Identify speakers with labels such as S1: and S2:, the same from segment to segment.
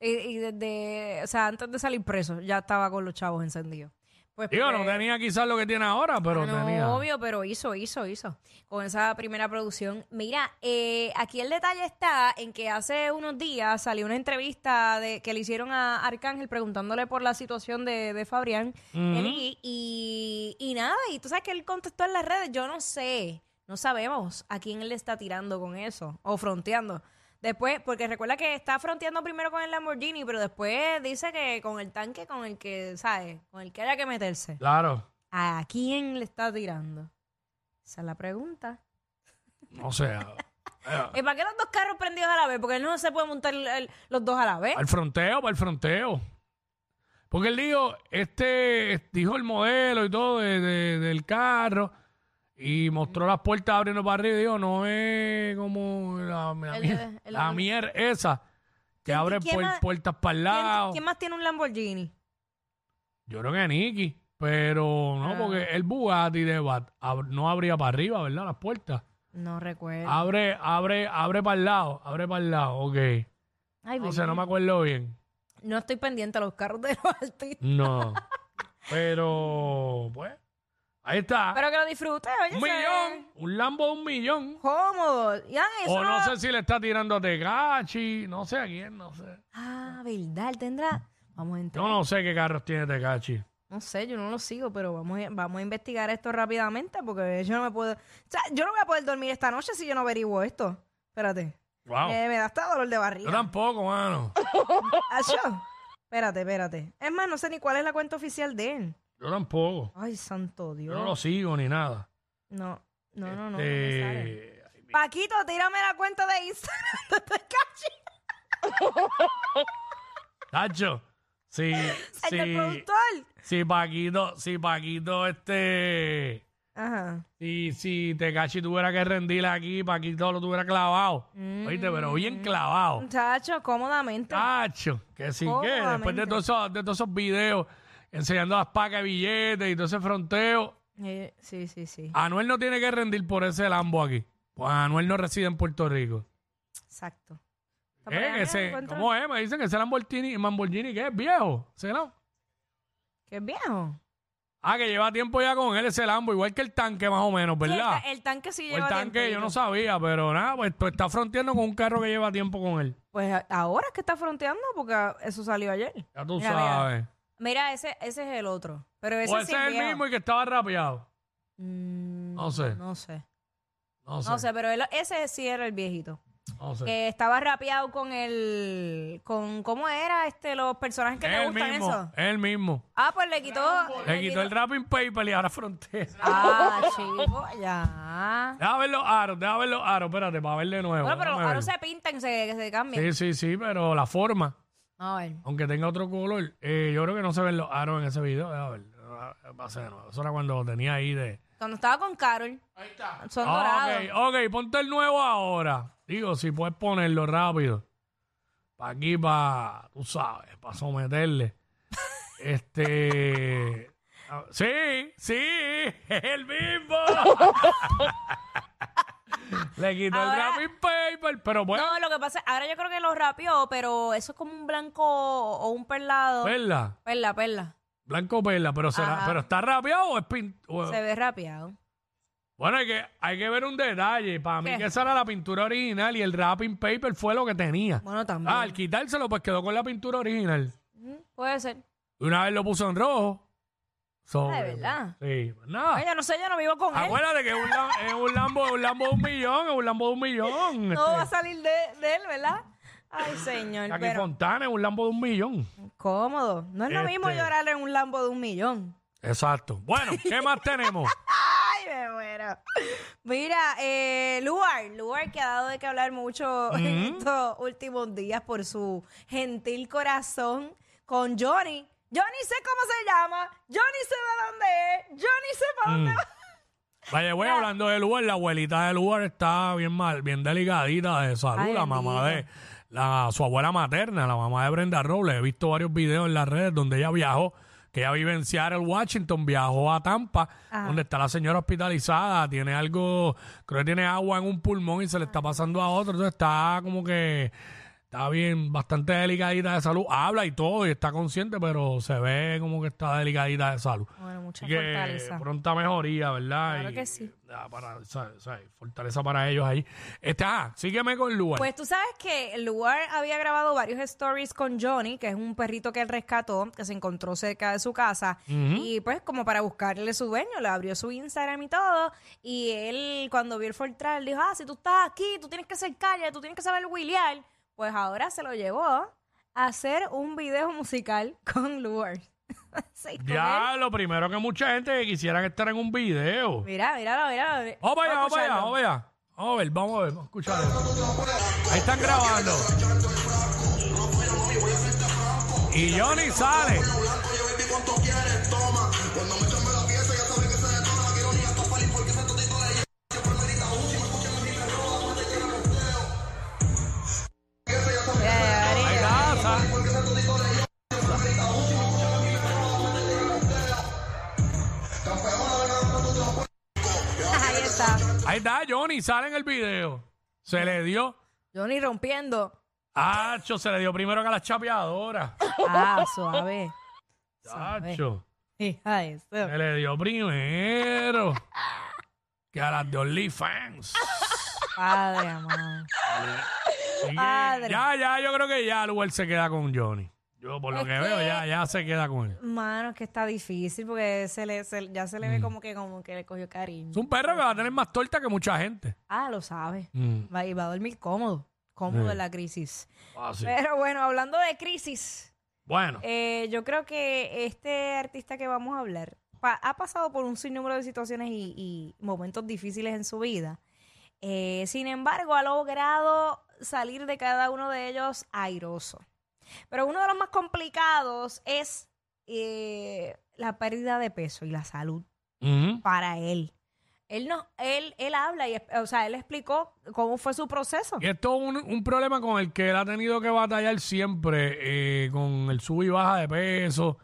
S1: Y, y desde, o sea, antes de salir preso, ya estaba con los chavos encendidos. Pues
S2: Digo, no
S1: porque-
S2: tenía quizás lo que tiene ahora, pero
S1: no,
S2: tenía.
S1: obvio, pero hizo, hizo, hizo. Con esa primera producción. Mira, eh, aquí el detalle está en que hace unos días salió una entrevista de, que le hicieron a Arcángel preguntándole por la situación de, de Fabián.
S2: Ujú.
S1: Eli, y, y nada, y tú sabes que él contestó en las redes. Yo no sé, no sabemos a quién él le está tirando con eso o fronteando. Después, porque recuerda que está fronteando primero con el Lamborghini, pero después dice que con el tanque con el que, ¿sabes? Con el que haya que meterse.
S2: Claro.
S1: ¿A quién le está tirando? Esa es la pregunta.
S2: O sea,
S1: ¿Y para qué los dos carros prendidos a la vez? Porque él no se puede montar el- el- los dos a la vez.
S2: al fronteo, para el fronteo. Porque él dijo, este, dijo el modelo y todo de- de- del carro y mostró las puertas abriendo para arriba y dijo, no es como la, la
S1: El-
S2: mier,
S1: el-
S2: la mier esa que
S1: ¿Quién-
S2: abre
S1: quién
S2: puer-
S1: más-
S2: puertas para el
S1: ¿Quién,
S2: lado.
S1: quién más tiene un Lamborghini?
S2: Yo creo que Nicky, pero no,
S1: Ah.
S2: porque el Bugatti de Bat ab- no abría para arriba, ¿verdad? Las puertas.
S1: No recuerdo.
S2: Abre, abre, abre para el lado, abre para el lado, ok.
S1: Ay,
S2: No sé, no
S1: bendito.
S2: me acuerdo bien.
S1: No estoy pendiente a los carros de los artistas.
S2: No. Pero, pues, Ahí está.
S1: Pero pues, que lo disfrutes, oye.
S2: un
S1: se ve
S2: millón. Un Lambo de un millón.
S1: Cómodo. Ya, eso
S2: O no sé si le está tirando a Tecachi. No sé a quién, no sé.
S1: Ah, verdad, él tendrá. Vamos a entrar.
S2: Yo no sé qué carros tiene Tecachi.
S1: No sé, yo no lo sigo, pero vamos a, vamos a investigar esto rápidamente porque yo no me puedo. O sea, yo no voy a poder dormir esta noche si yo no averiguo esto. Espérate.
S2: Wow.
S1: Eh, me da hasta dolor de
S2: Yo
S1: barriga.
S2: tampoco, mano.
S1: Acho. Espérate, espérate. Es más, no sé ni cuál es la cuenta oficial de él.
S2: Yo tampoco.
S1: Ay, santo
S2: Yo no lo
S1: Dios.
S2: sigo ni nada.
S1: No, no, no, no. no me sale.
S2: Eh,
S1: Paquito, tírame la cuenta de Instagram de Tekashi.
S2: Tacho, si,
S1: El del
S2: si,
S1: productor.
S2: si Paquito, si Paquito, este,
S1: Ajá.
S2: si, si Tecachi tuviera que rendir aquí, Paquito lo tuviera clavado.
S1: Mm.
S2: Oíste, pero bien clavado.
S1: Muchacho, cómodamente.
S2: Ah. Tacho, que sí que, después de
S1: Cómodamente.
S2: todos esos, de todos esos videos enseñando las pacas de billetes y todo ese fronteo,
S1: Eh, sí, sí, sí.
S2: Anuel no tiene que rendir por ese Lambo aquí. Pues Anuel no reside en Puerto Rico.
S1: Exacto. Está por
S2: Eh,
S1: allá,
S2: que
S1: mira,
S2: ese-
S1: encuentra-
S2: ¿Cómo es? Me dicen que ese Lamborghini, Lamborghini que es viejo. ¿Ese Lam-
S1: Que es viejo.
S2: Ah, que lleva tiempo ya con él ese Lambo, igual que el tanque más o menos,
S1: Sí, el,
S2: ¿verdad?
S1: ta- el tanque sí
S2: O
S1: lleva
S2: el tanque, yo
S1: tiempito.
S2: no sabía, pero nada, pues tú estás fronteando con un carro que lleva tiempo con él.
S1: Pues a- ahora es que está fronteando porque ah, eso salió ayer.
S2: Ya tú
S1: Mira, mira.
S2: sabes.
S1: Mira, ese, ese es el otro. Pero ese,
S2: o ese
S1: sí
S2: es
S1: es
S2: el
S1: viejo.
S2: mismo y que estaba rapeado.
S1: Mm,
S2: No sé.
S1: No sé.
S2: No sé.
S1: No sé, pero él- ese sí era el viejito.
S2: No sé.
S1: Que estaba rapeado con el... con ¿Cómo era este los personajes que
S2: Es
S1: le
S2: el
S1: gustan
S2: mismo.
S1: eso?
S2: Es el mismo.
S1: Ah, pues le quitó...
S2: Le quitó el rapping paper y ahora frontea.
S1: Ah, chico, ya.
S2: Deja ver los aros, deja ver los aros, espérate, para ver de nuevo.
S1: Bueno, pero los
S2: déjame ver.
S1: aros se pintan, se, se cambian.
S2: Sí, sí, sí, pero la forma,
S1: A ver.
S2: aunque tenga otro color, eh, yo creo que no se ven los aros en ese video. Deja ver. Ah, Va a ser de nuevo. Eso era cuando tenía ahí de.
S1: Cuando estaba con Carol. Ahí está. Son dorados.
S2: Ah, Ok, ok, ponte el nuevo ahora. Digo, si puedes ponerlo rápido. Para aquí, para, tú sabes, para someterle. este... ah, Sí, sí, es el mismo. Le quitó
S1: Ahora-
S2: el wrapping paper, pero bueno,
S1: No, lo que pasa, ahora yo creo que lo rapeó, pero eso es como un blanco o un perlado.
S2: perla,
S1: Perla, perla.
S2: blanco perla, pero será,
S1: Ajá.
S2: pero está rapeado o es pin- o-
S1: Se ve rapeado.
S2: Bueno, hay que, hay que ver un detalle. Para mí
S1: ¿Qué?
S2: que esa era la pintura original y el wrapping paper fue lo que tenía.
S1: Bueno, también.
S2: Ah, al quitárselo, pues quedó con la pintura original.
S1: Mm, Puede ser.
S2: Y una vez lo puso en rojo. So,
S1: Ah, ¿de verdad?
S2: Sí, pues nada.
S1: Ay, yo no sé, yo no vivo con él.
S2: Acuérdate que es un, lam- es un Lambo, es un Lambo de un millón, es un Lambo de un millón.
S1: No va a
S2: Este,
S1: salir de, de él, ¿verdad? Ay, señor,
S2: Jackie
S1: pero
S2: Fontana es un Lambo de un millón.
S1: cómodo. No es lo mismo
S2: Este.
S1: llorar en un Lambo de un millón.
S2: Exacto. Bueno, ¿qué más tenemos?
S1: Ay, me muero. Mira, eh, Luar, Luar que ha dado de qué hablar mucho en estos últimos días por su gentil corazón con Johnny. Yo ni sé cómo se llama, yo ni sé de dónde es, yo ni sé para dónde
S2: Mm.
S1: va.
S2: Vaya, voy hablando del Uber, la abuelita del Uber está bien mal, bien delicadita de salud,
S1: Ay,
S2: la mamá de la, su abuela materna, la mamá de Brenda Robles. He visto varios videos en las redes donde ella viajó, que ella vive en Seattle, Washington, viajó a Tampa, donde está la señora hospitalizada, tiene algo, creo que tiene agua en un pulmón y se le está pasando a otro, entonces está como que está bien, bastante delicadita de salud, habla y todo, y está consciente, pero se ve como que está delicadita de salud.
S1: Bueno, mucha
S2: Así que
S1: fortaleza.
S2: pronta mejoría, ¿verdad?
S1: Claro que sí.
S2: ah, para, ¿sabes? ¿sabes? Fortaleza para ellos ahí. Este, ah, sígueme con Lugar.
S1: Pues tú sabes que Lugar había grabado varios stories con Johnny, que es un perrito que él rescató, que se encontró cerca de su casa. Y pues como para buscarle su dueño, le abrió su Instagram y todo. Y él cuando vio el Fortran dijo, ah, si tú estás aquí, tú tienes que ser calle, tú tienes que saber William. Pues ahora se lo llevó a hacer un video musical con Lugar. Sí, con él.
S2: ya, lo primero que mucha gente quisiera estar en un video. Oh,
S1: Mira, míralo, míralo.
S2: Vamos para allá, vamos
S1: Vamos a
S2: para allá,
S1: escucharlo.
S2: vamos para allá. Vamos a ver, vamos a ver, vamos a escuchar. esto. Ahí están grabando. Y Johnny sale.
S1: Mira, mira, mira.
S2: Ahí está, sa-
S1: Ahí está.
S2: Ahí está Johnny, sale en el video. Se le dio.
S1: Johnny rompiendo.
S2: Hacho, se le dio primero que a la chapeadora.
S1: Ah, suave.
S2: Hacho.
S1: Hija de eso.
S2: Se le dio primero que a las de OnlyFans.
S1: Padre, amado.
S2: Así que
S1: Padre.
S2: Ya, ya, yo creo que ya Luel se queda con Johnny. Yo por lo
S1: Es
S2: que, veo,
S1: que-
S2: ya, ya se queda con él.
S1: Mano, es que está difícil porque se le, se- ya se le ve como que, como que le cogió cariño.
S2: Mm. Es un perro que va a tener más torta que mucha gente.
S1: Ah, lo sabe.
S2: Mm,
S1: Va, y va a dormir cómodo. Cómodo en la crisis.
S2: así.
S1: Pero bueno, hablando de crisis,
S2: Bueno,
S1: eh, yo creo que este artista que vamos a hablar pa- ha pasado por un sinnúmero de situaciones y, y momentos difíciles en su vida. Eh, sin embargo, ha logrado salir de cada uno de ellos airoso. Pero uno de los más complicados es eh, la pérdida de peso y la salud
S2: ujú,
S1: para él. Él no, él, él habla y es- o sea, él explicó cómo fue su proceso.
S2: y esto es un, un problema con el que él ha tenido que batallar siempre, eh, con el sub y baja de peso.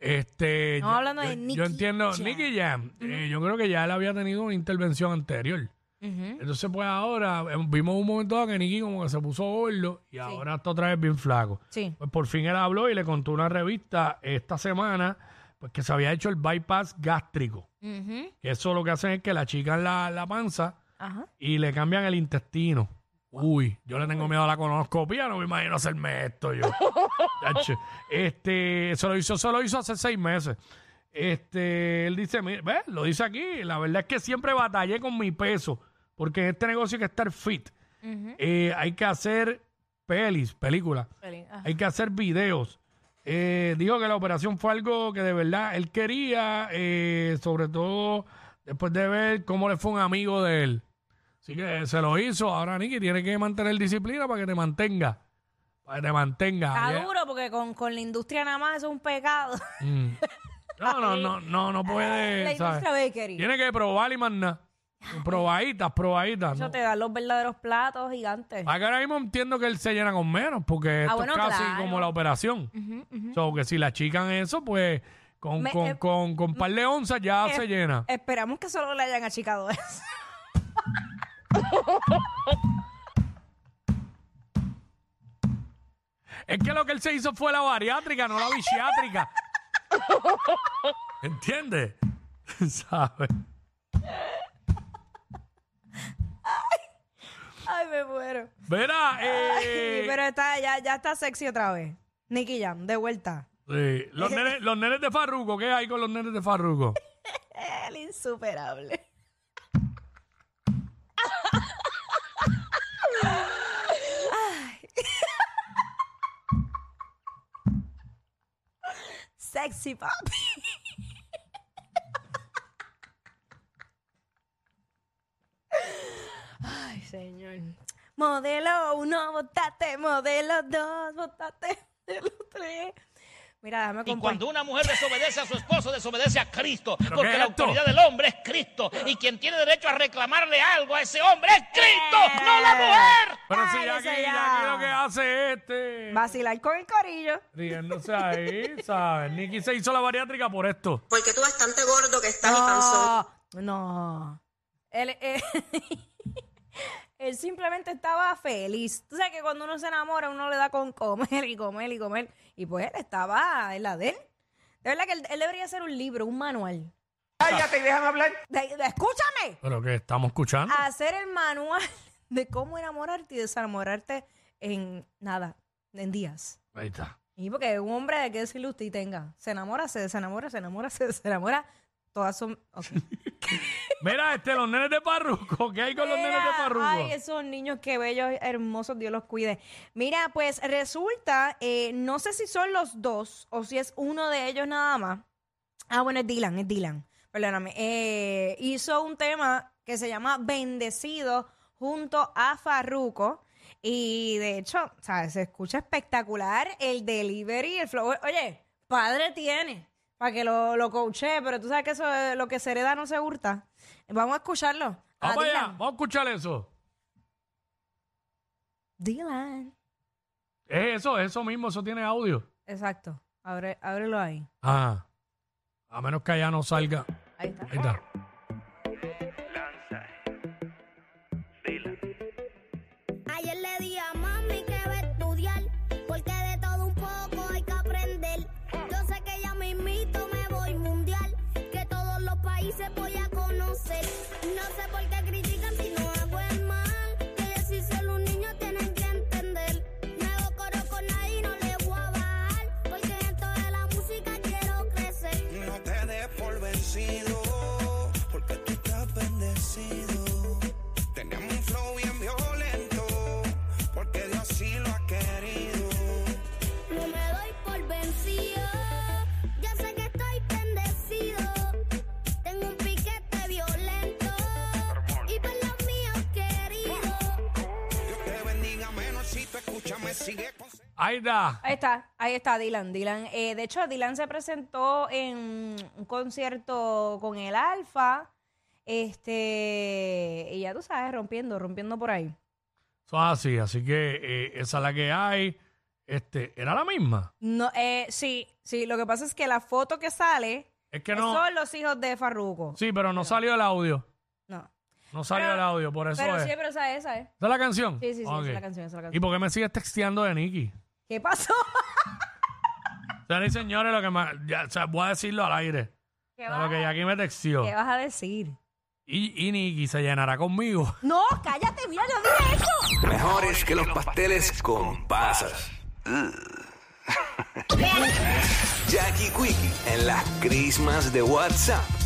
S2: Este,
S1: Estamos
S2: yo-
S1: hablando
S2: yo,
S1: de Nicky
S2: Yo entiendo,
S1: Jam.
S2: Nicky Jam. eh, yo creo que ya él había tenido una intervención anterior.
S1: Ujú.
S2: Entonces, pues ahora eh, vimos un momento dado que Nicky como que se puso gordo y ahora está otra vez bien flaco.
S1: Sí.
S2: Pues por fin él habló y le contó una revista esta semana pues que se había hecho el bypass gástrico.
S1: Ujú.
S2: Eso lo que hacen es que le achican la, la panza
S1: Ajá.
S2: y le cambian el intestino. Uy, yo le tengo miedo a la colonoscopia, no me imagino hacerme esto yo. Chacho, este, se lo hizo, se lo hizo hace seis meses. Este, él dice, mire, ve, lo dice aquí, la verdad es que siempre batallé con mi peso, porque en este negocio hay que estar fit. Eh, hay que hacer pelis, películas,
S1: Ajá.
S2: hay que hacer videos. Eh, dijo que la operación fue algo que de verdad él quería, eh, sobre todo después de ver cómo le fue un amigo de él. Así que se lo hizo. Ahora, Nicky, tiene que mantener disciplina para que te mantenga. Para que te mantenga.
S1: Está
S2: Ayer-
S1: duro porque con, con la industria nada más eso es un pecado.
S2: Mm. No, no, no, no, no
S1: la
S2: puede. ¿sabes?
S1: industria bakery.
S2: Tiene que probar y más nada. Probaditas, probaditas.
S1: Eso
S2: ¿no?
S1: Ah, pues. te da los verdaderos platos gigantes.
S2: Ah, que ahora mismo entiendo que él se llena con menos, porque esto
S1: Ah, bueno,
S2: es casi
S1: claro.
S2: como la operación. So, que si la chican eso, pues con,
S1: Me-
S2: con,
S1: eh,
S2: con, con par de onzas ya
S1: eh,
S2: se llena.
S1: Esperamos que solo le hayan achicado eso.
S2: Es que lo que él se hizo fue la bariátrica, no la biciátrica. ¿Entiendes? ¿Sabes?
S1: Ay, me muero.
S2: Verá, eh,
S1: Ay, pero está, ya, ya está sexy otra vez. Nicky Jam, de vuelta.
S2: sí, los, nenes, los nenes de Farruco, ¿qué hay con los nenes de Farruco?
S1: El insuperable. Ay. Sexy papi. Ay, señor. Modelo 1, votate. Modelo 2, votate. Modelo 3. Mira, déjame
S3: Y
S1: componer.
S3: cuando una mujer desobedece a su esposo, desobedece a Cristo.
S2: qué
S3: Porque
S2: es
S3: la
S2: esto?
S3: autoridad del hombre es Cristo. Y quien tiene derecho a reclamarle algo a ese hombre es Cristo, no la mujer.
S2: Pero si
S1: Ay,
S2: ya aquí,
S1: ese
S2: ya
S1: ya.
S2: aquí lo que hace este.
S1: Vacilar con el corillo.
S2: Riéndose ahí, ¿sabes? Nicky se hizo la bariátrica por esto.
S4: Porque tú bastante gordo que estás y panzón.
S1: No, no. Él, eh, él simplemente estaba feliz. Tú sabes que cuando uno se enamora, uno le da con comer y comer y comer. Y pues él estaba en la de él. De verdad que él, él debería hacer un libro, un manual. Cállate y déjame hablar. escúchame.
S2: Pero que estamos escuchando.
S1: Hacer el manual de cómo enamorarte y desenamorarte en nada, en días.
S2: Ahí está.
S1: Y porque un hombre hay que decirle usted y tenga. Se enamora, se desenamora, se enamora, se desenamora. Todas son. ok.
S2: Mira, este, los nenes de Parruco. ¿Qué hay con los nenes de
S1: Mira,
S2: Parruco?
S1: Ay, esos niños, qué bellos, hermosos, Dios los cuide. Mira, pues resulta, eh, no sé si son los dos o si es uno de ellos nada más. Ah, bueno, es Dylan, es Dylan. Perdóname. Eh, hizo un tema que se llama Bendecido junto a Farruko. Y de hecho, ¿sabes? Se escucha espectacular el delivery, el flow. Oye, padre tiene para que lo, lo coache, pero tú sabes que eso eh, lo que se hereda no se hurta. Vamos a escucharlo. A
S2: Vamos allá,
S1: Dylan.
S2: Ah, pues, vamos a escuchar eso.
S1: Dylan.
S2: Es eso, es eso mismo, eso tiene audio.
S1: Exacto. Abre, ábrelo ahí.
S2: Ah. A menos que allá no salga.
S1: Ahí está.
S2: Ahí está.
S5: Ayer le dije a mami que va a estudiar, porque de todo un poco hay que aprender. Yo sé que ya mismito me voy mundial.
S2: Ahí está.
S1: Ahí está, ahí está Dylan. Dylan. eh, de hecho, Dylan se presentó en un concierto con el Alfa. Este, y ya tú sabes, rompiendo, rompiendo por ahí.
S2: Eso es así, así que eh, esa es la que hay. Este, era la misma.
S1: No, eh, sí, sí, lo que pasa es que la foto que sale
S2: Es que no.
S1: son los hijos de Farruko.
S2: Sí, pero no salió el audio.
S1: No.
S2: No salió
S1: Pero-
S2: el audio, por eso
S1: pero
S2: es.
S1: sí, pero esa es, esa es.
S2: ¿Esa es la canción?
S1: Sí, sí, sí, esa es
S2: Ok.
S1: la canción, esa es la
S2: ¿Y
S1: canción.
S2: por qué me sigues texteando de Nicky?
S1: ¿Qué pasó?
S2: Señores y señores, lo que más. ya, o sea, voy a decirlo al aire.
S1: ¿Qué,
S2: Lo
S1: vas,
S2: que Jackie me texteó.
S1: qué vas a decir?
S2: Y, y Nicky se llenará conmigo.
S1: No, cállate, mira, yo dije eso.
S6: Mejores que los pasteles con pasas. Ugh. Jackie Quickie en las crismas de WhatsApp